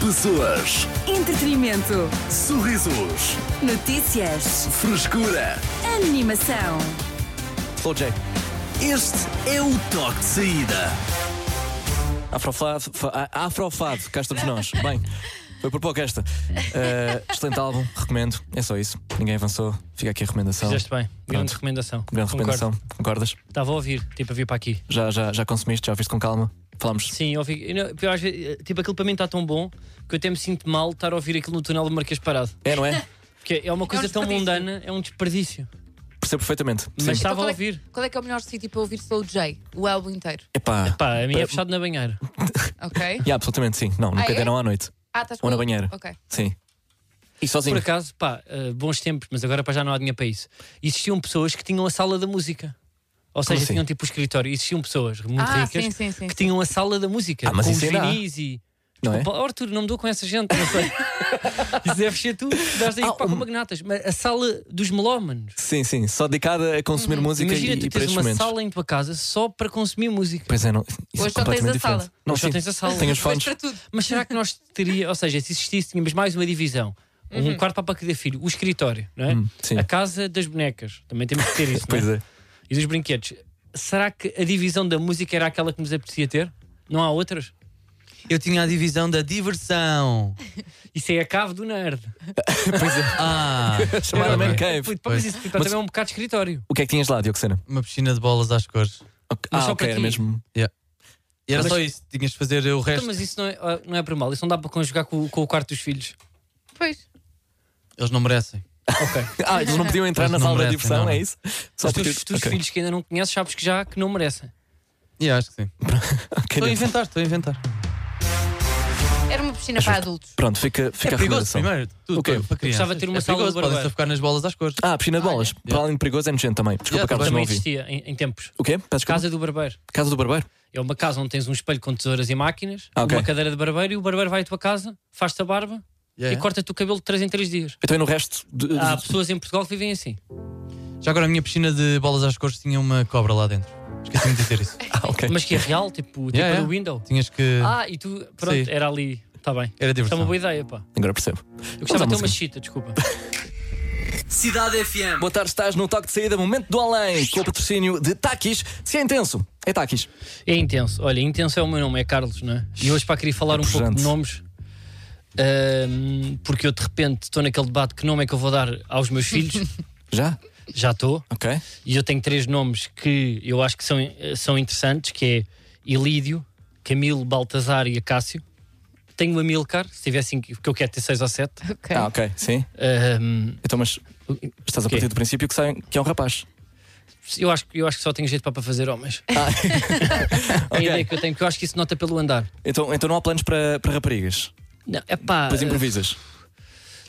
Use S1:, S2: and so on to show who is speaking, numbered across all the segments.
S1: Pessoas,
S2: Entretenimento.
S1: sorrisos,
S2: Notícias.
S1: frescura.
S2: Animação.
S3: Slow J.
S1: Este é o toque de saída.
S3: Afrofado, fa- a- Afrofado, cá estamos nós. Bem, foi por pouco esta. Eh, excelente álbum, recomendo. É só isso. Ninguém avançou. Fica aqui a recomendação.
S4: Fizeste bem. Grande
S3: Pronto.
S4: recomendação.
S3: Grande
S4: Concordo.
S3: recomendação. Concordas?
S4: Estava a ouvir, tipo, a vir para aqui.
S3: Já, já, já consumiste? Já ouviste com calma? Falámos.
S4: Sim, eu ouvi. eu não- pior, às vezes, eh, tipo, aquilo para mim está tão bom que eu até me sinto mal estar a ouvir aquilo no túnel do Marquês Parado.
S3: É, não é?
S4: Porque é uma coisa tão
S5: um desperdício.
S4: mundana, é um desperdício.
S3: Percebo perfeitamente.
S4: Mas
S3: Sim.
S5: Então,
S4: estava
S5: qual
S4: a
S5: é-
S4: ouvir.
S5: Qual é que é o melhor sítio para ouvir Slow J? O álbum inteiro,
S3: Epá.
S4: Pá, a minha é
S3: Pá,
S4: fechado na banheira.
S5: ok?
S3: Yeah, absolutamente sim. Não, nunca
S5: Ah, é?
S3: deram à noite.
S5: Ah, estás com
S3: Ou na
S5: ele?
S3: banheira.
S5: Ok.
S3: Sim. E sozinho.
S4: Por acaso, pá, eh, bons tempos, mas agora pá, já não há dinheiro para isso. Existiam pessoas que tinham a sala da música. Ou seja,
S3: assim?
S4: tinham tipo o escritório. Existiam pessoas muito
S5: Ah,
S4: ricas
S5: sim, sim, sim.
S4: que tinham a sala da música.
S3: Ah, mas
S4: com
S3: isso
S4: os
S3: ainda há.
S4: vinis e.
S3: não é?
S4: Pá, Arthur, não me dou com essa gente, não sei. Isso deve ser tu, dás aí
S3: Ah,
S4: para
S3: um-
S4: com magnatas. Mas a sala dos melómanos.
S3: Sim, sim. Só dedicada a consumir música
S4: Uhum. Imagina,
S3: e,
S4: tu
S3: e para
S4: tens
S3: estes
S4: uma
S3: momentos.
S4: sala em tua casa só para consumir música.
S3: Pois é, não. Isso é
S5: Hoje só tens
S3: completamente
S5: a
S3: diferente.
S5: sala.
S3: Não,
S4: Hoje só
S3: sim.
S4: tens a sala.
S3: Tenho os
S5: Depois
S3: fones.
S5: para tudo.
S4: Mas será que nós teria, ou seja, se existisse, tínhamos mais uma divisão. Um quarto para cada filho, o escritório, não é?
S3: Hum, sim.
S4: A casa das bonecas, também temos que ter isso. não é?
S3: Pois é.
S4: E dos brinquedos. Será que a divisão da música era aquela que nos apetecia ter? Não há outras?
S6: Eu tinha a divisão da diversão.
S4: Isso é a cave do nerd.
S6: Ah,
S3: Chamada Man é Cave.
S4: Puto, pá, Mas isso puto, também é um bocado de escritório.
S3: O que é que tinhas lá, Diocena?
S6: uma piscina de bolas às cores.
S4: Mas
S3: Ah,
S4: só
S3: ok,
S4: para
S3: era
S4: ti.
S3: mesmo.
S6: E era
S4: Mas-
S6: só isso, tinhas de fazer o
S4: Então,
S6: resto.
S4: mas isso não é, ah, não é para mal, isso não dá para conjugar com, o- com o quarto dos filhos.
S5: Pois.
S6: Eles não merecem.
S3: Ah, eles não podiam entrar
S6: Eles
S3: na
S6: não
S3: sala da
S6: merecem,
S3: diversão,
S6: não.
S3: é isso? Só
S4: Os teus, teus
S3: Ok,
S4: filhos que ainda não conheces, sabes que já que não merecem.
S6: E acho que sim.
S3: ok,
S6: Estou a
S3: não.
S6: inventar, estou a inventar.
S5: Era uma piscina para adultos.
S3: Pronto, fica, fica
S6: é
S3: a
S6: perigoso
S3: recomendação.
S6: primeiro. Tudo,
S3: Ok.
S6: tudo, para crianças.
S4: Gostava de ter uma
S6: é
S4: sala de
S6: perigoso, podem-se
S4: barbeiro.
S6: a ficar nas bolas às cores.
S3: Ah, piscina de bolas. Para além de perigoso, é nojento também. Desculpa,
S6: Yeah,
S3: Carlos,
S6: também
S3: não
S4: Também
S3: ouvi.
S4: existia em, em tempos.
S3: O quê? Peço desculpa.
S4: Casa do barbeiro.
S3: Casa do barbeiro?
S4: É uma casa onde tens um espelho com tesouras e máquinas,
S3: Ah, ok.
S4: uma cadeira de barbeiro e o barbeiro vai à tua casa, faz-te a barba
S6: Yeah.
S4: e corta-te o cabelo de 3 em 3 dias.
S3: Então e no resto. de- de-
S4: Há pessoas em Portugal que vivem assim.
S6: Já agora a minha piscina de bolas às cores tinha uma cobra lá dentro. Esqueci-me de dizer isso.
S3: Ah, ok.
S4: Mas que é real, tipo, tipo
S6: yeah.
S4: no window.
S6: Tinhas que.
S4: Ah, e tu, pronto,
S6: Sim.
S4: era ali. Está bem.
S6: Era
S4: Isto é uma
S6: diversão.
S4: boa ideia, pá.
S3: Agora percebo.
S4: Eu gostava
S3: à
S4: de ter
S3: música.
S4: uma chita, desculpa.
S1: Cidade FM.
S3: Boa tarde, estás no toque de saída, momento do além, com o patrocínio de Takis. Se é intenso, é Takis.
S4: É intenso. Olha, intenso é o meu nome, é Carlos, não é? E hoje para queria falar um pouco
S3: Pujante.
S4: de nomes. ahm, porque eu de repente estou naquele debate que nome é que eu vou dar aos meus filhos.
S3: Já?
S4: Já estou.
S3: Ok.
S4: E eu tenho três nomes que eu acho que são, são interessantes, que é Ilídio, Camilo, Baltazar e Acácio. Tenho o Amilcar, se tivessem, porque eu quero ter seis ou sete.
S5: Ok.
S3: Ah, ok, sim.
S4: Ahm,
S3: Então, mas estás a
S4: Quê?
S3: partir do princípio que, sabem que é um rapaz.
S4: eu, acho, que- eu acho que só tenho jeito para, para fazer homens. É a ideia
S3: Ok.
S4: que eu tenho, que eu acho que isso nota pelo andar.
S3: Então, então não há planos para, para raparigas.
S4: Não, epá,
S3: Depois improvisas.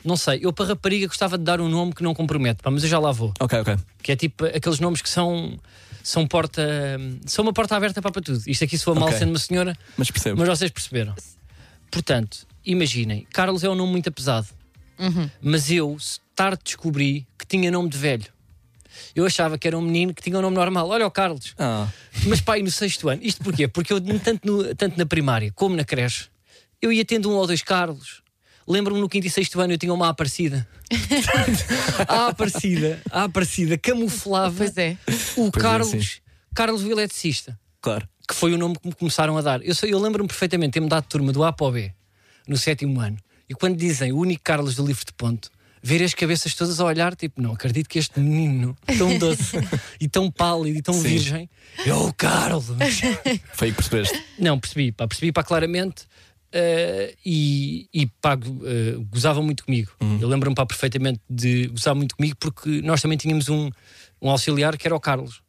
S4: não sei, eu para rapariga gostava de dar um nome que não compromete, pá, mas eu já lá vou.
S3: Ok, ok.
S4: Que é tipo aqueles nomes que são, são porta. São uma porta aberta para tudo. Isto aqui soa mal
S3: Ok.
S4: sendo uma senhora,
S3: Mas percebo.
S4: mas vocês perceberam. Portanto, imaginem, Carlos é um nome muito apesado. Mas eu se tarde descobri que tinha nome de velho. Eu achava que era um menino que tinha um nome normal. Olha o Carlos.
S3: Ah,
S4: Mas pai, no sexto ano. Isto porquê? Porque eu, tanto, no- tanto na primária como na creche, eu ia tendo um ou dois Carlos. Lembro-me no quinto e sexto ano eu tinha uma Aparecida. a Aparecida, a Aparecida camuflava
S5: Pois é.
S4: o
S3: Pois é,
S4: Carlos,
S3: sim.
S4: Carlos o eletricista,
S3: claro.
S4: que foi o nome que me começaram a dar. Eu, sei- eu lembro-me perfeitamente de ter-me dado turma do A para o B no sétimo ano. E quando dizem o único Carlos do livro de ponto, ver as cabeças todas a olhar, tipo, não acredito que este menino tão doce e tão pálido e tão
S3: Sim.
S4: virgem é o Carlos.
S3: Foi aí que percebeste.
S4: Não, percebi, pá, percebi pá, claramente eh, e, e pá, go- eh, gozava muito comigo. Eu lembro-me pá, perfeitamente de gozar muito comigo porque nós também tínhamos um, um auxiliar que era o Carlos.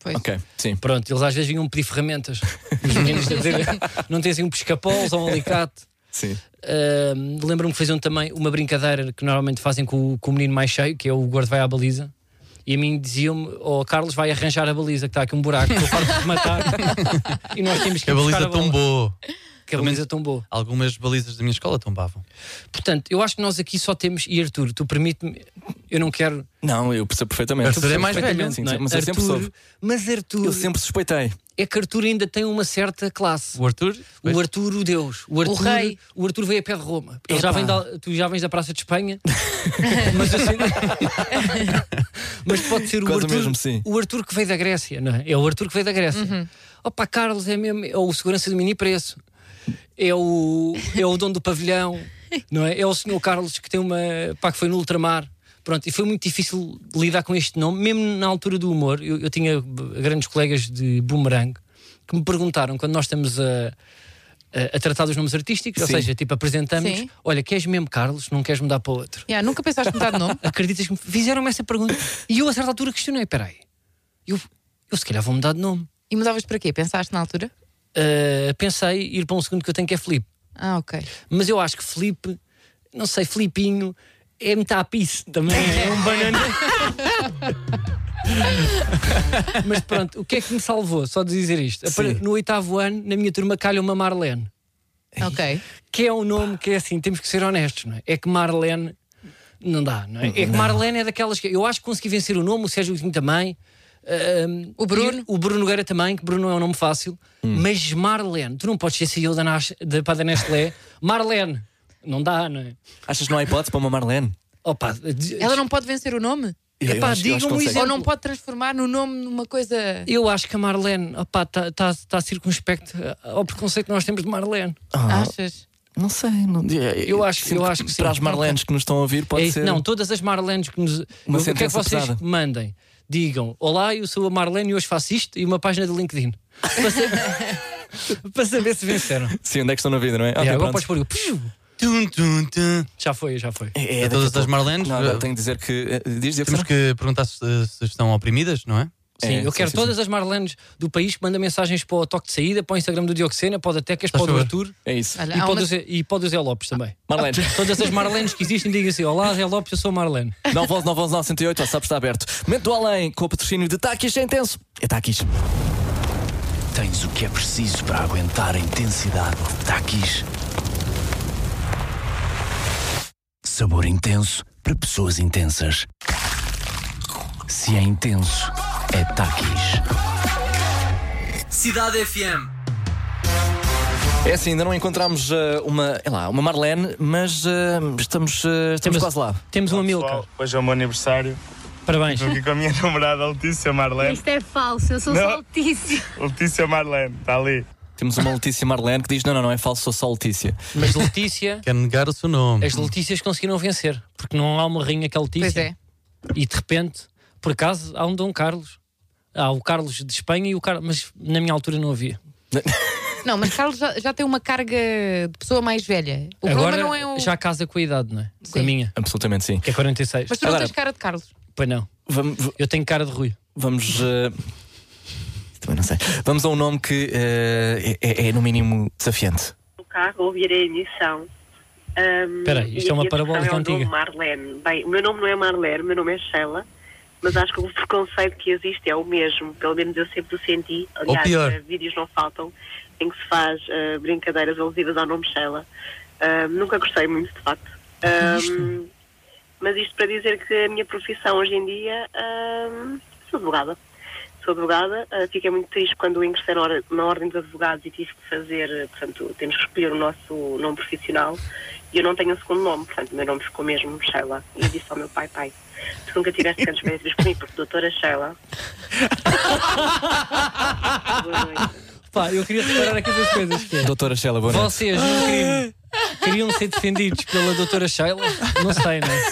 S5: Pois.
S3: Ok, sim.
S4: Pronto, eles às vezes vinham pedir ferramentas. Os meninos a dizer, não tens aí um pescapolos ou um alicate.
S3: Sim.
S4: Eh, lembro-me que faziam também uma brincadeira que normalmente fazem com o, com o menino mais cheio, que é o gordo vai à baliza. E a mim diziam-me, oh, Carlos, vai arranjar a baliza, que está aqui um buraco, que eu farto de rematar. e nós temos que
S6: Que
S4: ir buscar
S6: a baliza
S4: a bola.
S6: tombou.
S4: Que a baliza tombou.
S6: Algumas balizas da minha escola tombavam.
S4: Portanto, eu acho que nós aqui só temos. E Arthur, tu permite-me. Eu não quero.
S3: Não, eu percebo perfeitamente.
S6: Arthur é mais
S3: Perfeitamente,
S6: velho,
S3: sim,
S4: não é?
S3: sim, mas eu sempre
S4: Arthur,
S3: soube.
S4: Mas Arthur,
S3: Eu sempre suspeitei.
S4: é que Arthur ainda tem uma certa classe.
S6: O Arthur?
S4: O Arthur, o Deus. O, Arthur,
S5: rei.
S4: O Arthur veio a pé de Roma. Ele
S3: Epá.
S4: já vem da- tu já vens da Praça de Espanha. mas, eu sei- Mas pode ser o
S3: Quase
S4: Arthur,
S3: mesmo, sim. Uhum.
S4: o Arthur que veio da Grécia, não é? É o Arthur que veio da Grécia. Opa, Carlos é mesmo. É o segurança do mini preço. É o, é o dono do pavilhão, não é? É o senhor Carlos que tem uma. pá, que foi no ultramar. Pronto, e foi muito difícil lidar com este nome, mesmo na altura do humor. Eu, eu tinha b- grandes colegas de boomerang que me perguntaram quando nós estamos a, a, a tratar dos nomes artísticos, ou
S3: Sim.
S4: seja, tipo apresentamos,
S5: Sim.
S4: olha, queres mesmo Carlos, não queres mudar para outro?
S5: Yeah, nunca pensaste mudar de nome?
S4: Acreditas que me fizeram-me essa pergunta? E eu a certa altura questionei, peraí, eu, eu se calhar vou mudar de nome.
S5: E mudavas para quê? Pensaste na altura?
S4: Ah, pensei ir para um segundo que eu tenho que é Felipe.
S5: Ah, ok.
S4: Mas eu acho que Felipe, não sei, Filipinho, é muito à pisse também. É um banana. Mas pronto, o que é que me salvou? Só de dizer isto.
S3: Sim.
S4: No oitavo ano, na minha turma, calha uma Marlene.
S5: Ok.
S4: Que é um nome que é assim, temos que ser honestos, não é? É que Marlene não dá, não é? É que Marlene é daquelas que. Eu acho que consegui vencer o nome, o Sérgio Godinho também. ahm,
S5: O Bruno.
S4: e O Bruno Nogueira também, que Bruno é um nome fácil. Mas Marlene, tu não podes ser CEO da, Nas, da, pá, da Nestlé. Marlene, não dá, não é?
S3: Achas que não há hipótese para uma Marlene?
S4: Opa, d-
S5: Ela não pode vencer o nome?
S3: Eu
S4: Epá,
S3: acho- eu acho que
S4: digam-me um
S3: consegue.
S4: exemplo.
S5: Ou não pode transformar no nome numa coisa.
S4: Eu acho que a Marlene está tá, tá circunspecto ao preconceito que nós temos de Marlene.
S3: Ah,
S5: Achas?
S3: não sei. Não,
S4: Eu acho-
S3: sinto
S4: eu acho que sim.
S3: Para as Marlenes que nos estão a ouvir, pode
S4: É isso.
S3: ser.
S4: Não, todas as Marlenes que nos.
S3: Uma
S4: o que é que
S3: sentença
S4: vocês
S3: pesada.
S4: mandem? Digam: Olá, eu sou a Marlene e hoje faço isto e uma página de LinkedIn. Para saber, para saber se venceram.
S3: Sim, onde é que estão na vida, não é? Ok,
S4: E agora
S3: pronto.
S4: podes pôr o. piu.
S6: Tum, tum, tum.
S4: Já foi, já foi.
S3: É,
S6: A
S3: daqui a
S6: todas as
S3: pouco.
S6: Marlenes,
S3: Não,
S6: eh,
S3: agora tenho de dizer que. eh, Diz, diz,
S6: temos que perguntar se, se estão oprimidas, não é?
S4: Sim, eu
S3: sim,
S4: quero
S3: sim,
S4: todas as Marlenes do país que mandam mensagens para o toque de saída, para o Instagram do Dioxena, para o da Tecas, para o do
S6: favor.
S4: Arthur
S3: É isso.
S5: Olha,
S4: e
S5: há
S4: para, o
S5: uma- Ah.
S4: do Zé- e para o do Zé Lopes também.
S3: Marlene.
S4: Ah, Todas as Marlenes que existem, digam assim: Olá, Zé Lopes, eu sou a Marlene.
S3: 911-911-908, o WhatsApp está aberto. Momento do além, com o patrocínio de Takis é intenso. É Takis.
S1: Tens o que é preciso para aguentar a intensidade. Takis. Sabor intenso para pessoas intensas. Se é intenso, é Takis. Cidade FM.
S3: É assim, ainda não encontramos eh, uma, é lá, uma Marlene, mas eh, estamos, eh, estamos
S4: Temos-
S3: quase lá.
S4: Temos um amigo.
S7: Pessoal, hoje é o meu aniversário.
S4: Parabéns.
S7: Estou aqui com a minha namorada Letícia Marlene.
S8: Isto é falso, eu sou
S7: Não.
S8: só altíssimo.
S7: Letícia Marlene, está ali.
S3: Temos uma Letícia Marlene que diz: não, não, não é falso, sou só Letícia.
S4: Mas Letícia.
S6: Quer negar o seu nome.
S4: as Letícias conseguiram vencer, porque não há uma rainha que é Letícia.
S5: Pois é.
S4: E de repente, por acaso, há um Dom Carlos. Há o Carlos de Espanha e o Carlos. Mas na minha altura não havia.
S5: Não, mas Carlos já, já tem uma carga de pessoa mais velha. O
S4: Agora
S5: problema não é o.
S4: já casa com a idade, não é? Com a
S5: Sim.
S4: minha,
S3: Absolutamente sim.
S4: que é 46.
S5: Mas tu não
S3: Agora-
S5: tens cara de Carlos.
S4: Pois não.
S3: Vamos, v-
S4: Eu tenho cara de Rui.
S3: vamos, eh, também não sei. Vamos a um nome que eh, é, é, no mínimo desafiante.
S9: no carro ouvir a emissão.
S4: Espera aí, isto é uma parabólica antiga.
S9: Marlene. Bem, o meu nome não é Marlene, o meu nome é Sheila, mas acho que o preconceito que existe é o mesmo. Pelo menos eu sempre o senti. Aliás,
S6: pior.
S9: eh, vídeos não faltam em que se faz eh, brincadeiras alusivas ao nome Sheila. Ah, nunca gostei muito, de facto. Ah, mas isto para dizer que a minha profissão hoje em dia ah, sou advogada. Sou advogada, ah, fiquei muito triste quando ingressei na, hora- na Ordem dos Advogados e tive que fazer, eh, portanto, temos que escolher o nosso nome profissional e eu não tenho um segundo nome, portanto, o meu nome ficou mesmo Sheila. E eu disse ao meu pai, pai, tu nunca tiveste tantos benefícios comigo, porque doutora Sheila. Boa noite.
S4: Pá, eu queria reparar aqui duas coisas. Que é,
S3: Doutora Sheila, boa noite.
S4: vocês não queriam, queriam ser defendidos pela doutora Sheila? Não sei, não é?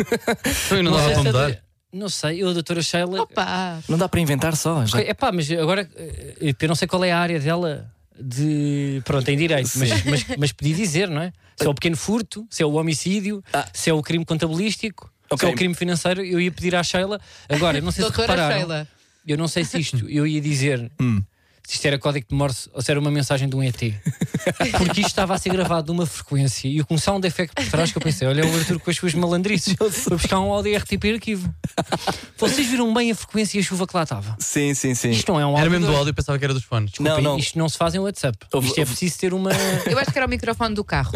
S6: Então, e não dava
S4: sei
S6: para
S4: se a
S6: mudar.
S4: dou- Não sei, eu, a doutora Sheila.
S5: Opa!
S3: Não dá para inventar só. Já...
S4: É pá, mas agora eh, eu não sei qual é a área dela de. Pronto, tem direito, mas, mas, mas podia dizer, não é? Se é o pequeno furto, se é o homicídio,
S3: Ah.
S4: se é o crime contabilístico, se
S3: Ok.
S4: é o crime financeiro, eu ia pedir à Sheila. Agora, eu não sei se
S5: Doutora
S4: repararam.
S5: Sheila.
S4: Eu não sei se isto, eu ia dizer
S3: Hum.
S4: se isto era código de Morse ou se era uma mensagem de um ET. Porque isto estava a ser gravado numa frequência e começou um defecto por trás que eu pensei: olha, é o Arthur com as suas malandrices. Foi buscar um áudio RTP arquivo. Vocês viram bem a frequência e a chuva que lá estava?
S3: Sim, sim, sim.
S4: Isto não é um áudio.
S6: Era mesmo do
S4: dois.
S6: áudio, eu pensava que era dos fones.
S3: Não, não.
S4: Isto não se faz em WhatsApp.
S3: Houve-
S4: Isto é
S3: houve-
S4: preciso ter uma.
S5: Eu acho que era o microfone do carro.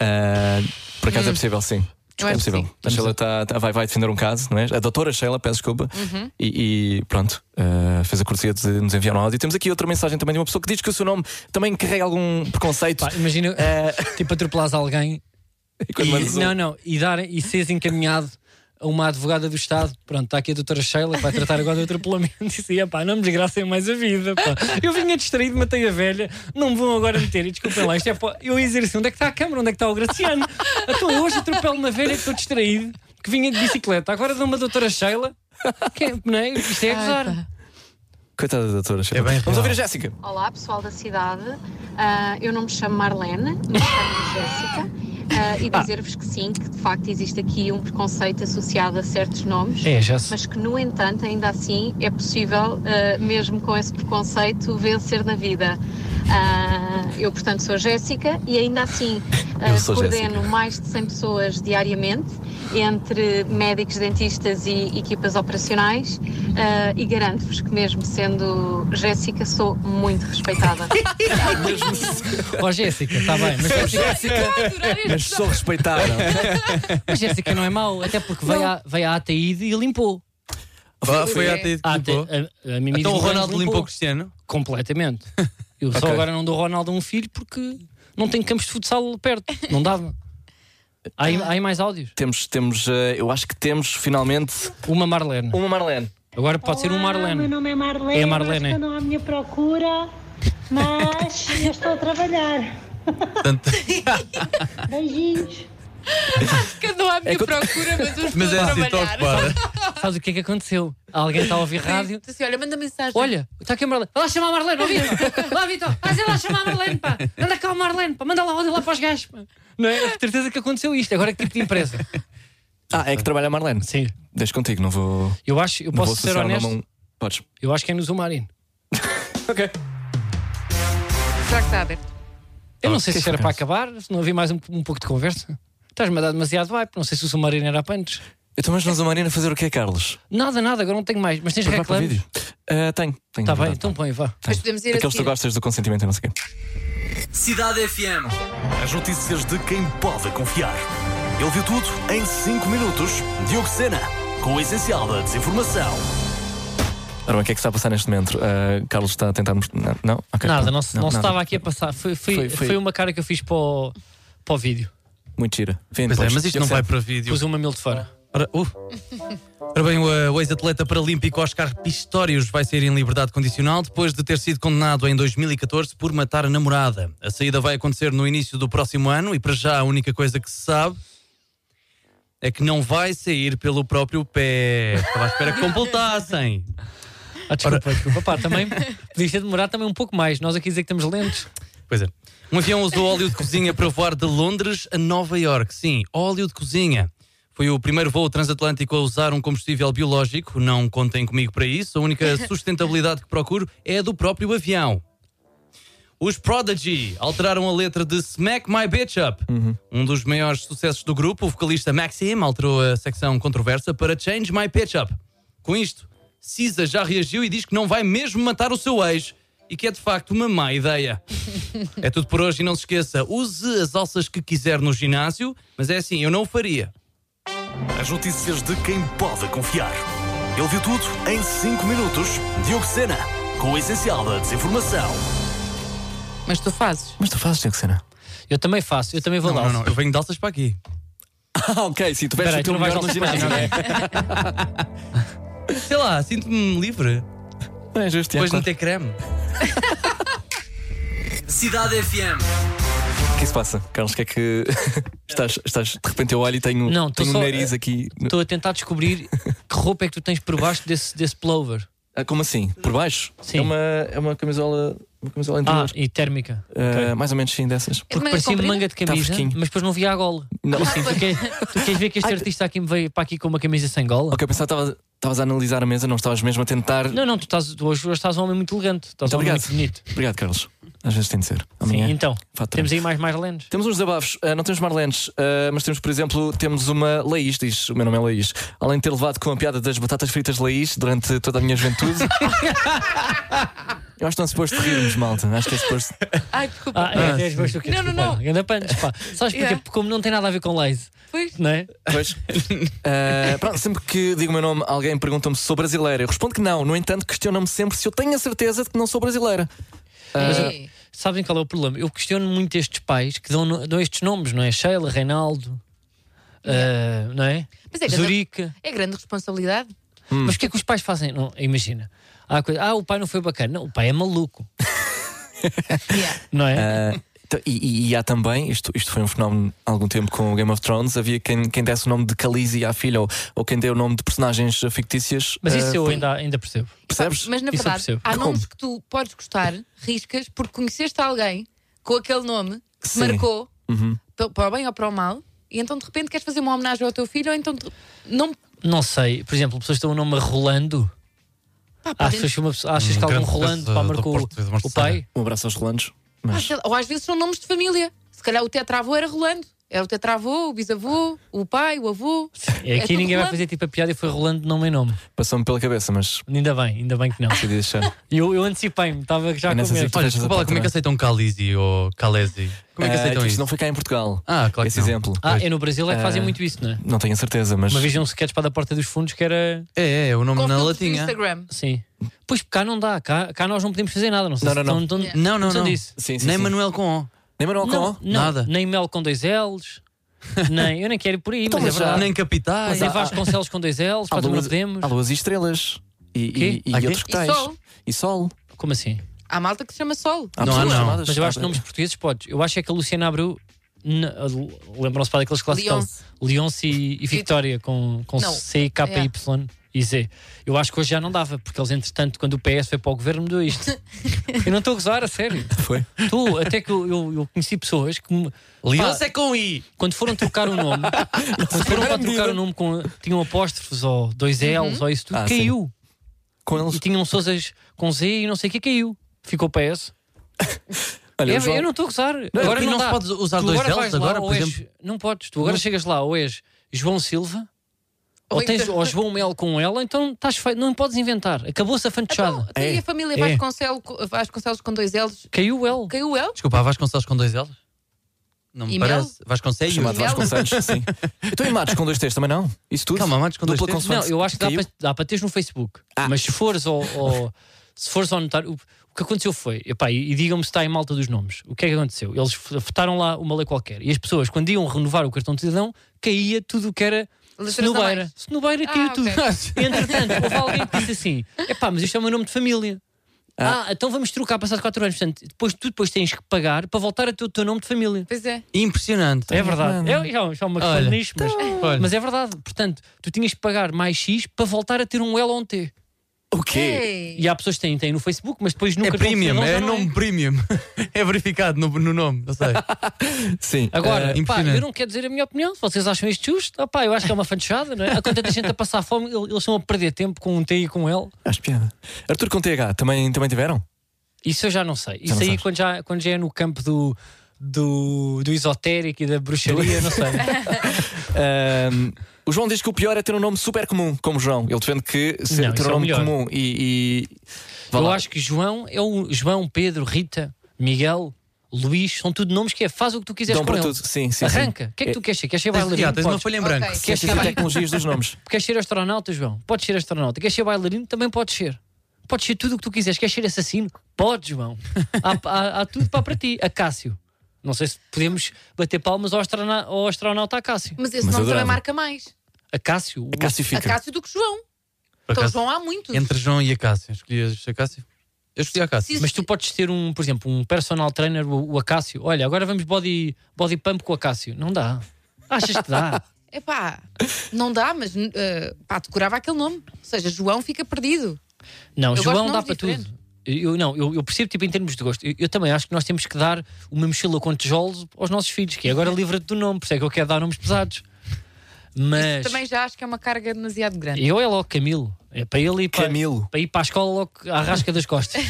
S3: Ah, por acaso é possível, sim.
S5: Hum. Eu acho que
S3: Impossível.
S5: sim.
S3: A Sheila tá, tá- vai, vai defender um caso, não é? A doutora Sheila, peço desculpa.
S5: Uhum.
S3: E, e pronto, eh, fez a cortesia de nos enviar um áudio. Temos aqui outra mensagem também de uma pessoa que diz que o seu nome também carrega algum preconceito.
S4: Pá, imagina,
S3: É.
S4: tipo, atropelares alguém
S3: E quando
S4: E-
S3: mandas um-
S4: não, não, e, dar, e seres encaminhado a uma advogada do Estado, pronto, está aqui a doutora Sheila que vai tratar agora do atropelamento e dizia, pá, não me desgracem mais a vida, pá. Eu vinha distraído, matei a velha, não me vão agora meter, e desculpem lá, isto é pá, eu ia dizer assim, onde é que está a câmara, onde é que está o Graciano? Então hoje atropelo uma velha que estou distraído, que vinha de bicicleta, agora dou uma doutora Sheila, que é, não é? isto é a
S5: Ai,
S4: gozar.
S5: pá.
S3: Coitada da doutora Sheila.
S6: É bem
S3: Vamos
S6: real.
S3: ouvir a Jéssica.
S8: Olá, pessoal da cidade. Ah, eu não me chamo Marlene, me chamo Jéssica. Ah, e dizer-vos que sim, que de facto existe aqui um preconceito associado a certos nomes,
S4: É, já se...
S8: mas que, no entanto, ainda assim é possível, ah, mesmo com esse preconceito, vencer na vida. Ah, eu, portanto, sou Jéssica e ainda assim ah,
S3: Eu sou
S8: coordeno
S3: Jéssica.
S8: mais de 100 pessoas diariamente, entre médicos, dentistas e equipas operacionais, ah, e garanto-vos que, mesmo sendo Jéssica, sou muito respeitada.
S4: Ó Jéssica, está bem, mas
S5: Eu adorei este
S3: Mas sou respeitada.
S4: a Jéssica não é mau, até porque veio à, veio à ATI e limpou.
S6: Foi,
S5: foi.
S6: foi a TI que
S4: A,
S6: limpou.
S4: a, a, a Mimi
S6: Então o
S4: Guimarães
S6: Ronaldo limpou o Cristiano.
S4: Completamente. Eu só
S6: Ok.
S4: agora não dou Ronaldo a um filho porque não tem campos de futsal perto. Não dava. Há aí, há aí mais áudios.
S3: temos, temos, eh, eu acho que temos finalmente
S4: Uma Marlene.
S3: uma Marlene.
S4: Agora pode ser um
S10: Meu
S4: Marlene.
S10: nome é Marlene.
S4: É a Marlene.
S10: Acho que andam à minha procura, mas eu estou a trabalhar.
S6: Portanto,
S10: Beijinhos.
S5: que andou à minha procura, mas hoje
S6: mas é
S5: estou a
S6: assim, estou
S5: trabalhar.
S6: ocupada.
S4: Sabes o que é que aconteceu? Alguém está a ouvir rádio.
S5: Disse assim, olha, manda mensagem.
S4: Olha, está aqui a Marlene. Vai lá chamar a Marlene, ó Vitor. Lá, Vitor. Vai lá chamar a Marlene, pá. Anda cá o Marlene, pá. Manda lá áudio lá para os gajos, pá. Não é? De certeza que aconteceu isto. Agora que tipo de empresa?
S3: Ah, é que trabalha a Marlene.
S4: Sim.
S3: Deixo contigo, não vou.
S4: Eu acho, eu
S3: não
S4: posso
S3: vou
S4: ser
S3: associar o nome a
S4: honesto.
S3: um- Podes.
S4: Eu acho que é no Zumarino.
S3: Ok.
S5: Já que está aberto.
S4: Eu não sei se era para acabar, se não havia mais um, um pouco de conversa. Estás-me a dar demasiado vibe, não sei se o submarino era para antes.
S3: Então, mas nós a Marina fazer o quê, Carlos?
S4: Nada, nada, agora não tenho mais. Mas tens
S3: Preparar para o
S4: reclames?
S3: vídeo? Ah, tenho, tenho.
S4: Está
S3: na
S4: bem,
S3: verdade.
S4: então põe, vá.
S5: Mas podemos ir a
S3: Aqueles que tu
S5: seguir.
S3: gostas do consentimento e não sei o quê.
S1: Cidade FM. As notícias de quem pode confiar. Ele viu tudo em 5 minutos. Diogo Sena, com o essencial da desinformação.
S3: Ora bem, o que é que está a passar neste momento? Ah, Carlos está a tentar. mos- Não, não? Ok,
S4: Nada,
S3: pronto.
S4: não, se- não se
S3: nada.
S4: estava aqui a passar. Foi, foi,
S3: Foi- foi-
S4: foi uma cara que eu fiz para o, para o vídeo.
S3: Muito gira. Vem,
S6: Pois é,
S3: depois.
S6: mas isto
S3: Eu
S6: não
S3: sei.
S6: vai para vídeo.
S4: Pus uma mil de fora.
S6: Ora, uh. Ora bem, o, eh, o ex-atleta paralímpico Oscar Pistorius vai sair em liberdade condicional depois de ter sido condenado em 2014 por matar a namorada. A saída vai acontecer no início do próximo ano e, para já, a única coisa que se sabe é que não vai sair pelo próprio pé. Estava à espera que completassem.
S4: Ah, desculpa, desculpa. Pá, também podias ter demorado também um pouco mais. Nós aqui dizer que estamos lentos.
S6: Pois é. Um avião usou óleo de cozinha para voar de Londres a Nova York. Sim, óleo de cozinha. Foi o primeiro voo transatlântico a usar um combustível biológico. Não contem comigo para isso. A única sustentabilidade que procuro é a do próprio avião. Os Prodigy alteraram a letra de Smack My Bitch Up. Um dos maiores sucessos do grupo, o vocalista Maxim alterou a secção controversa para Change My Pitch Up. Com isto, Cisa já reagiu e diz que não vai mesmo matar o seu ex e que é de facto uma má ideia. É tudo por hoje e não se esqueça, use as alças que quiser no ginásio, mas é assim, eu não o faria.
S1: As notícias de quem pode confiar. Ele viu tudo em 5 minutos. Diogo Sena, com o essencial da desinformação.
S5: Mas tu fazes.
S3: Mas tu fazes, Diogo Sena.
S4: Eu também faço, eu também vou
S6: Não,
S4: lá.
S6: não, não, eu venho de alças para aqui.
S3: Ah, ok, sim, tu vais
S4: Espera aí,
S3: o
S4: tu
S3: teu
S4: não vais
S3: melhor
S4: lá
S3: no
S4: depois,
S3: ginásio.
S4: não é?
S6: Sei lá, sinto-me livre.
S3: Não é justo, é,
S6: Depois de
S3: claro.
S6: não ter creme.
S1: Cidade FM.
S3: O que se passa, Carlos? O que é que. estás, estás, de repente eu olho e tenho,
S4: Não, tô
S3: tenho
S4: só-
S3: um nariz aqui.
S4: Estou a tentar descobrir que roupa é que tu tens por baixo desse, desse plover.
S3: Ah, como assim? Por baixo?
S4: Sim.
S3: É uma, é uma camisola. Uma camisola
S4: Ah,
S3: interior.
S4: e térmica.
S3: Ah, Mais ou menos sim, dessas.
S4: Porque
S5: Manga
S4: parecia
S5: comprida?
S4: manga de
S3: Tá
S4: camisa,
S3: fresquinho.
S4: mas depois não via a gola.
S3: Não.
S4: Assim, tu, queres, tu queres ver que este artista aqui me veio para aqui com uma camisa sem gola?
S3: Ok, eu pensava que estava- estavas a analisar a mesa, não estavas mesmo a tentar.
S4: Não, não, tu, estás, tu hoje hoje estás um homem muito elegante, estás
S3: Muito
S4: um homem
S3: obrigado.
S4: muito bonito.
S3: Obrigado, Carlos. Às vezes tem de ser.
S4: Sim,
S3: Amanhã.
S4: então,
S3: fatura.
S4: temos aí mais Marlenes.
S3: Temos uns desabafos, Ah, não temos Marlenes, ah, mas temos, por exemplo, temos uma Laís, diz, o meu nome é Laís. Além de ter levado com a piada das batatas fritas Laís durante toda a minha juventude. Eu acho que não é suposto rirmos, malta. Acho que é suposto.
S5: Ai, desculpa.
S4: Ah, é, é, é, é, é, é, é,
S5: Não, não, não.
S4: Ganda pantos, pá. Sabes porquê?
S5: Yeah.
S4: Porque como não tem nada a ver com Lays,
S5: Pois.
S4: Não é?
S3: Pois. Ah, pronto, sempre que digo o meu nome, alguém pergunta-me se sou brasileira. Eu respondo que não. No entanto, questionam-me sempre se eu tenho a certeza de que não sou brasileira.
S4: Mas
S5: Ei.
S4: eu- sabem qual é o problema? Eu questiono muito estes pais que dão, no- dão estes nomes, não é? Sheila, Reinaldo, ah, não é?
S5: Mas é grande-
S4: Zurica.
S5: É grande responsabilidade.
S3: Hum.
S4: Mas o que é que os pais fazem? Não, imagina. Há coisa, ah, o pai não foi bacana. Não, o pai é maluco. Não é?
S3: Ah, então, e, e- e há também, isto, isto foi um fenómeno há algum tempo com o Game of Thrones, havia quem, quem desse o nome de Khaleesi à filha ou, ou quem deu o nome de personagens fictícias.
S4: Mas isso
S3: ah,
S4: eu
S3: foi-
S4: ainda, ainda percebo.
S3: Percebes?
S5: Mas
S4: Isso
S5: na
S4: eu
S5: verdade,
S4: percebo.
S5: há
S3: Como?
S5: nomes que tu podes gostar, riscas, porque conheceste alguém com aquele nome que te
S3: Sim.
S5: marcou
S3: Uhum.
S5: pa- para o bem ou para o mal, e então de repente queres fazer uma homenagem ao teu filho, ou então tu- não.
S4: Não sei, por exemplo, pessoas que dão o nome a Rolando.
S5: Pá, podem-
S4: Achas, que uma pessoa- achas
S6: Um
S4: que algum
S6: grande
S4: Rolando
S6: pedaço
S4: pá,
S6: do
S4: marcou
S6: Porto de
S4: o
S6: Marselha.
S4: pai?
S3: Um abraço aos rolandos.
S5: Ah,
S3: Mas
S5: sei lá, ou às vezes são nomes de família. Se calhar o tetravô era Rolando. Era o tetravô, o bisavô, o pai, o avô.
S4: É aqui
S5: tudo
S4: ninguém vai
S5: Rolando.
S4: fazer tipo a piada e foi Rolando de nome em nome.
S3: passou-me pela cabeça, mas
S4: Ainda bem, ainda bem que não.
S3: decidi deixar.
S4: Eu, eu antecipei-me, estava já
S3: É
S4: com
S3: nessas
S4: medo.
S3: Tu
S6: Olha,
S3: tens
S6: desculpa lá,
S3: razão
S6: como é que
S3: também.
S6: aceitam Calisi ou Calesi? Como é que
S3: Ah,
S6: aceitam
S3: isto
S6: isso?
S3: não foi cá em Portugal.
S6: Ah, claro
S3: Esse
S6: que não.
S3: exemplo.
S4: Ah,
S6: Pois.
S4: é no Brasil é que fazem
S3: Ah.
S4: muito isso, não é?
S3: Não tenho a certeza, mas.
S4: Uma vez vi um sketch para da porta dos fundos que era.
S6: É, é, o nome
S5: Com
S6: na
S5: filtros do
S6: latinha.
S5: Instagram.
S4: Sim. Pois cá não dá, cá, cá nós não podemos fazer nada, não sei
S3: Não,
S4: se
S3: não, não.
S4: estão- estão-
S6: Não, não,
S4: estão
S6: não.
S4: disso.
S3: Sim, sim,
S6: Nem
S3: sim.
S6: Manuel com O.
S3: Nem Manuel
S4: Não,
S3: Cão?
S4: não,
S6: Nada.
S4: Nem mel com dois L's, nem, eu nem quero ir por aí, mas é
S3: Então, mas já-
S4: verdade.
S6: Nem Capitais.
S4: Mas em Vasconcelos com dois L's,
S3: Há
S4: pá, também não
S3: luas,
S4: podemos.
S3: há luas e estrelas. E,
S4: Quê?
S3: e, e
S6: Há quê?
S3: outros que
S5: E
S3: tais.
S5: sol.
S3: E sol.
S4: Como assim?
S5: Há malta que se chama Sol.
S3: Há
S6: Não há,
S3: pessoas
S6: não.
S3: chamadas-
S4: Mas eu acho que nomes portugueses podes. Eu acho é que a Luciana Abreu. na- Lembram-se é para daqueles clássicos?
S5: Leonce.
S4: Leonce e, e Victoria com, com
S5: Não.
S4: C, K,
S5: É.
S4: Y e Z. Eu acho que hoje já não dava, porque eles, entretanto, quando o PS foi para o governo, deu isto. eu não estou a gozar, a sério.
S3: Foi.
S4: Tu, até que eu, eu, eu conheci pessoas que, me-
S6: Leonce é com I.
S4: quando foram trocar o nome, quando foram para trocar o nome, com, tinham apóstrofes ou dois
S5: Uhum.
S4: L's ou isso tudo,
S3: Ah, sim.
S4: caiu.
S3: Com eles.
S4: E
S6: tipo,
S4: tinham Sousas com Z e não sei o que, caiu. Ficou PS.
S3: Olha, o
S4: É,
S3: João-
S4: eu não estou a gozar. agora
S6: porque
S4: não,
S6: não
S4: dá.
S6: se pode usar
S4: Tu
S6: dois
S4: agora
S6: Ls
S4: vais lá,
S6: agora,
S4: ou
S6: por
S4: és-
S6: exemplo?
S4: Não podes. Tu agora chegas lá ou és João Silva ou,
S5: Rui-
S4: tens, ou João Mel com ela, então estás feio. Não podes inventar. Acabou-se a fantochada.
S5: Então, E a família
S4: É.
S5: Vasconcelos, Vasconcelos com dois L's.
S4: Caiu o L.
S5: Caiu o L?
S6: Desculpa, há Vasconcelos com dois L's? Não me
S5: E
S6: parece. Vasconcelos?
S3: Chamado
S5: Mel.
S3: Vasconcelos, sim. Então, e Matos com dois T's também não? Isso tudo?
S6: Calma, Matos com dois
S3: Dupla
S6: T's?
S4: Não,
S3: consoante.
S4: eu acho que dá
S3: Caiu?
S4: para, dá para teres no Facebook.
S3: Ah.
S4: Mas se fores ao, ao- se fores ao notário, o, o que aconteceu foi, epá, e, e digam-me se está em malta dos nomes. O que é que aconteceu? Eles f- votaram lá uma lei qualquer e as pessoas, quando iam renovar o cartão de cidadão, caía tudo o que era
S5: Letras a
S4: Senobeira.
S5: mais.
S4: Senobeira
S5: Ah,
S4: caiu
S5: ok.
S4: tudo. Entretanto, houve alguém que disse assim: epá, mas isto é o meu nome de família. Ah, então vamos trocar passado 4 anos. Portanto, depois tu depois tens que pagar para voltar a ter o teu nome de família.
S5: Pois é.
S6: Impressionante.
S4: É verdade. É, já, já uma questão
S6: Olha,
S4: de nicho, mas,
S5: Tá.
S6: olha.
S4: mas é verdade. Portanto, tu tinhas que pagar mais X para voltar a ter um L ou um T.
S3: O
S4: É.
S3: quê?
S5: Ei.
S4: E há pessoas que têm, têm no Facebook, mas depois
S6: É
S4: nunca um
S6: premium, é nome premium. É verificado no, no nome, não sei.
S3: Sim.
S4: Agora,
S6: É,
S4: pá,
S6: impressionante.
S4: eu não quero dizer a minha opinião. Se vocês acham isto justo, ah, pá, eu acho que é uma fanchada, não é? Há tanta gente a passar fome, eles estão a perder tempo com um T e com um L.
S3: Acho piada. Arthur com TH, também, também tiveram?
S4: Isso eu já não sei. Isso
S3: não
S4: aí
S3: sabes.
S4: quando já, quando já é no campo do, do, do esotérico e da bruxaria, não sei.
S3: Ahm, o João diz que o pior é ter um nome super comum, como João. Ele defende que ser,
S4: Não,
S3: ter
S4: isso
S3: um
S4: é o
S3: nome
S4: melhor.
S3: comum e. e- Vá
S4: eu
S3: lá.
S4: acho que João é o João, Pedro, Rita, Miguel, Luís, são tudo nomes que é faz o que tu quiseres
S3: Dão
S4: com
S3: para
S4: ele.
S3: tudo. Sim, sim. sim.
S4: Arranca. O que é que tu queres ser? Queres ser
S6: Tens,
S4: bailarino?
S6: já, tens uma
S4: Podes.
S6: folha em branco.
S5: Ok.
S3: Queres saber tecnologias dos nomes?
S4: Queres ser astronauta, João? Podes ser astronauta. Queres ser bailarino? Também podes ser. Podes ser tudo o que tu quiseres. Queres ser assassino? Podes, João. Há, há- há tudo para, para ti. Acácio. Não sei se podemos bater palmas ao, astrona- ao astronauta Acácio.
S5: Mas esse
S3: Mas
S5: nome também
S3: adorava.
S5: marca mais.
S4: Acácio?
S3: A Cássio fica.
S5: Acácio do que João.
S6: é? Por
S5: Então
S6: acaso,
S5: João há muitos.
S6: Entre João e a Cássia, escolhias a Cássia? Eu escolhi a Cássia.
S5: Sim.
S4: Mas tu podes ter um, por exemplo, um personal trainer, o, o Acácio. Olha, agora vamos body, body pump com o Acácio. Não dá. Achas que dá?
S5: Epá, não dá, mas eh, pá, decorava aquele nome. Ou seja, João fica perdido.
S4: Não,
S5: Eu gosto
S4: João dá
S5: de nomes
S4: para
S5: diferentes.
S4: tudo. Eu, não, eu, eu percebo tipo, em termos de gosto. Eu, eu também acho que nós temos que dar uma mochila com tijolos aos nossos filhos, que é agora livra-te do nome, por isso é que eu quero dar nomes pesados. Mas
S5: Também já acho que é uma carga demasiado grande.
S4: eu é logo Camilo. É para ele ir para,
S3: Camilo.
S4: para ir para a escola logo à rasca das costas.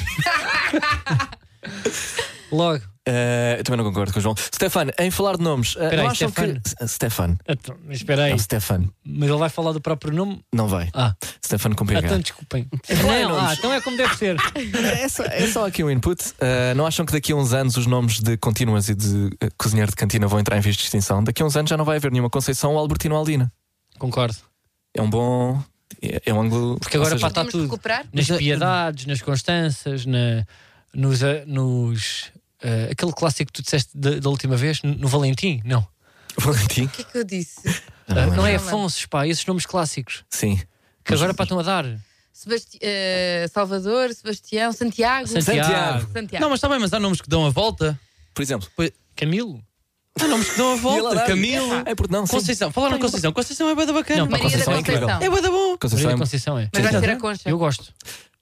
S4: logo.
S3: Eh, eu também não concordo com o João. Stefan, em falar de nomes, eh,
S4: Espera
S3: não
S4: aí,
S3: acham
S4: Stefan.
S3: que. S- Stefan.
S4: Então, mas espera aí.
S3: Não, Stefan.
S4: Mas ele vai falar do próprio nome?
S3: Não vai.
S4: Ah.
S3: Stefan com
S4: Ah,
S3: PH.
S4: então desculpem.
S3: Não é
S4: Não,
S3: nomes.
S4: ah, então é como deve ser.
S3: É só, é só aqui um input. Uh, não acham que daqui a uns anos os nomes de contínuas e de uh, cozinheiro de cantina vão entrar em vias de extinção? Daqui a uns anos já não vai haver nenhuma Conceição ou Albertino ou Aldina.
S4: Concordo.
S3: É um bom. É é um ângulo.
S4: Porque agora
S3: ou seja,
S4: pá, está
S5: Podemos
S4: tudo.
S5: recuperar?
S4: Nas piedades, nas constâncias, na, nos. ah, nos ah, aquele clássico que tu disseste da, da última vez, no, no Valentim? Não.
S3: Valentim.
S5: O que é que eu disse?
S4: Ah, não é
S5: lembro.
S4: Afonso, pá, esses nomes clássicos.
S3: Sim.
S4: Que agora pá, estão a dar.
S5: Sebasti- eh, Salvador, Sebastião, Santiago.
S4: Santiago.
S3: Santiago.
S5: Santiago.
S6: Não, mas está bem, mas há nomes que dão a volta.
S3: Por exemplo.
S4: Camilo?
S6: Há nomes que dão a
S3: E ela
S6: volta.
S3: dá-
S6: Camilo.
S3: É porque não. sim.
S6: Conceição. Falaram Conceição. Conceição é bada bacana.
S4: um Não, pá,
S5: Maria
S3: Conceição é
S5: da
S3: incrível.
S5: Conceição.
S6: É bada bom.
S3: Conceição
S4: Maria da
S3: é...
S4: Conceição é.
S5: Mas vai
S3: Sim.
S5: ser a concha.
S4: Eu gosto.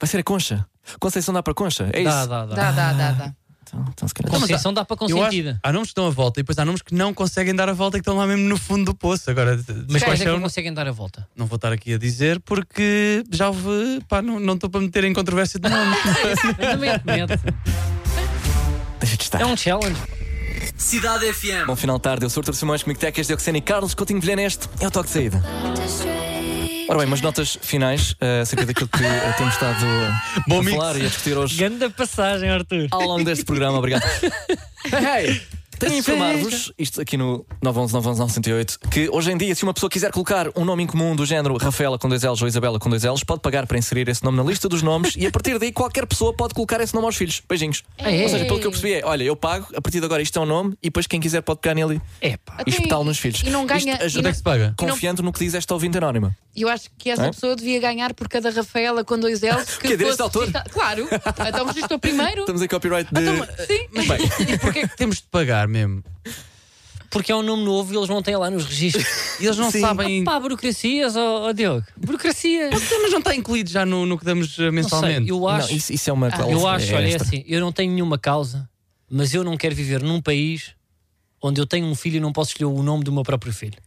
S3: Vai ser a concha. Conceição dá para concha. É isso.
S4: Dá, dá, dá.
S5: Dá, dá, dá, dá.
S3: Então, então, se calhar.
S4: Conceição dá para
S6: Eu acho,
S4: consentida.
S6: há nomes que dão a volta e depois há nomes que não conseguem dar a volta e que estão lá mesmo no fundo do poço. Agora,
S4: Mas quais é
S6: mas
S4: que
S6: paixão,
S4: não conseguem dar a volta?
S6: não vou estar aqui a dizer porque já houve. Pá, não não estou para meter em controvérsia de nome.
S4: Também te medo.
S3: Deixa de estar.
S4: É um challenge.
S1: Cidade FM.
S3: Bom final de tarde, eu sou o Artur Simões, comigo Tecas, Dioxena e Carlos Coutinho Vilhena. Este é o toque de saída. Ora bem, umas notas finais eh, acerca daquilo que eh, temos estado eh,
S6: Bom
S3: a
S6: mix.
S3: falar e a discutir hoje.
S4: Grande passagem, Arthur.
S3: ao longo deste programa, obrigado. Hey, hey, tenho a informar-vos, isto aqui no 911-911-908, que hoje em dia, se uma pessoa quiser colocar um nome em comum do género Rafaela com dois L's ou Isabela com dois L's, pode pagar para inserir esse nome na lista dos nomes e a partir daí qualquer pessoa pode colocar esse nome aos filhos. Beijinhos.
S4: Ei.
S3: Ou seja, pelo que eu percebi é, olha, eu pago, a partir de agora isto é um nome e depois quem quiser pode pegar nele
S4: É pá.
S3: e
S5: Até
S3: espetá-lo nos filhos.
S5: E não ganha.
S3: Isto
S5: e
S3: ajuda
S6: Onde é
S5: não-
S6: que se paga?
S5: não-
S3: Confiando no que diz esta ouvinte anónima.
S5: Eu acho que essa
S3: Hã?
S5: pessoa devia ganhar por cada Rafaela com dois L's.
S3: é? Que é direito de
S5: fosse
S3: autor.
S5: regista- Claro, então registrou primeiro. Então,
S3: Estamos em copyright de.
S5: Sim,
S6: Mas bem, e porquê é que temos de pagar mesmo?
S4: Porque é um nome novo e eles não têm lá nos registros.
S6: E eles não sabem.
S4: Pá, burocracias, ó ó, Diogo. Burocracias.
S6: Mas não está incluído já no, no que damos eh,
S4: Não sei,
S6: mensalmente.
S4: eu
S3: Não,
S4: acho.
S3: isso, isso é uma cláusula
S4: Eu acho, olha, é
S3: extra.
S4: assim, eu não tenho nenhuma causa, mas eu não quero viver num país onde eu tenho um filho e não posso escolher o nome do meu próprio filho.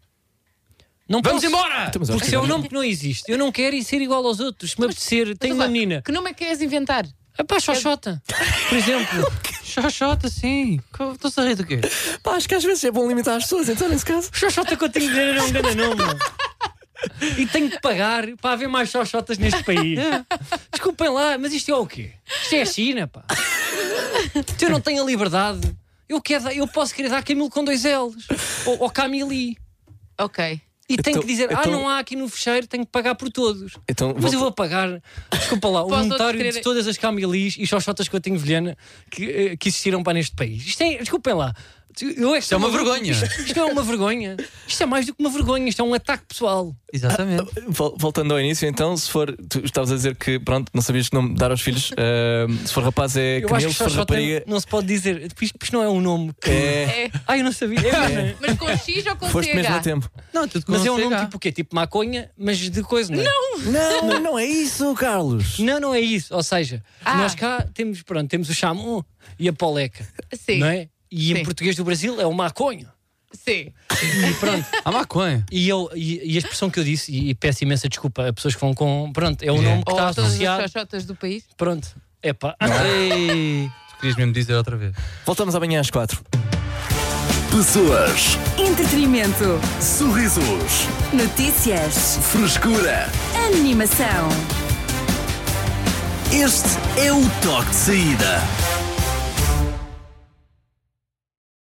S4: Não
S6: Vamos
S4: posso,
S6: embora!
S3: Estamos aos
S4: Porque se é um
S3: 50.
S4: nome que não existe, eu não quero ir ser igual aos outros. Se me apetecer, tenho uma
S5: Mas,
S4: menina.
S5: Que nome é que queres inventar?
S4: Ah pá, Xoxota, por exemplo.
S6: Xoxota, sim. Estou-se a rir do quê?
S3: Pá, acho que às vezes é bom limitar as pessoas, então nesse caso.
S4: Xoxota que eu tenho de dizer era um grande nome. E tenho que pagar para haver mais xoxotas neste país. Desculpem lá, mas isto é o quê? Isto é a China, pá. Se eu não tenho a liberdade, eu, quero, dar- eu posso querer dar Camilo com dois L's. Ou, ou Camili.
S5: Ok.
S4: E tenho
S3: Então-
S4: que dizer, ah,
S3: então-
S4: não há aqui no fecheiro, tenho que pagar por todos.
S3: Então,
S4: Mas eu vou pagar, desculpa lá, o
S5: Posso
S4: monetário de
S5: querer-
S4: todas as Camilis e xoxotas que eu tenho velhana que, eh, que existiram para neste país. Isto é, desculpem lá. Eu é que
S6: Isto é uma
S4: sou
S6: vergonha.
S4: Isto, isto não é uma vergonha. Isto é mais do que uma vergonha, isto é um ataque pessoal.
S6: Exatamente.
S3: Vol- Voltando ao início, então, se for. Tu estavas a dizer que, pronto, não sabias que nome dar aos filhos. Ahm, se for rapaz é
S4: Eu
S3: Camilo, se
S4: acho que um.
S3: for
S4: xoxota
S3: rapariga
S4: não se pode dizer. Isto, isto não é um nome. Que...
S3: é.
S5: É.
S4: Ah, eu não sabia.
S5: Mas com X ou com
S3: Foste mesmo a
S5: CH?
S3: tempo.
S6: Não, tudo com
S4: Mas é um
S6: CH.
S4: nome tipo o quê? Tipo maconha, mas de coisa, não é?
S3: Não, não é isso, Carlos.
S4: Não, não é isso. Ou seja,
S5: Ah.
S4: nós cá temos, pronto, temos o chamu e a poleca,
S5: Sim.
S4: não é? E em
S5: Sim.
S4: português do Brasil é o maconha.
S5: Sim.
S4: E pronto,
S6: Há Ah, maconha.
S4: E, eu, e, e a expressão que eu disse, e, e peço imensa desculpa a pessoas que vão com. Pronto, é o nome que
S5: Ou
S4: está
S5: a Oh, todas
S4: associado.
S5: as xoxotas do país.
S4: Pronto, é pá.
S6: Ei, tu querias mesmo dizer outra vez.
S3: Voltamos amanhã às quatro.
S1: Pessoas,
S2: Entretenimento.
S1: sorrisos,
S2: Notícias.
S1: frescura.
S2: Animação.
S1: Este é o toque de saída.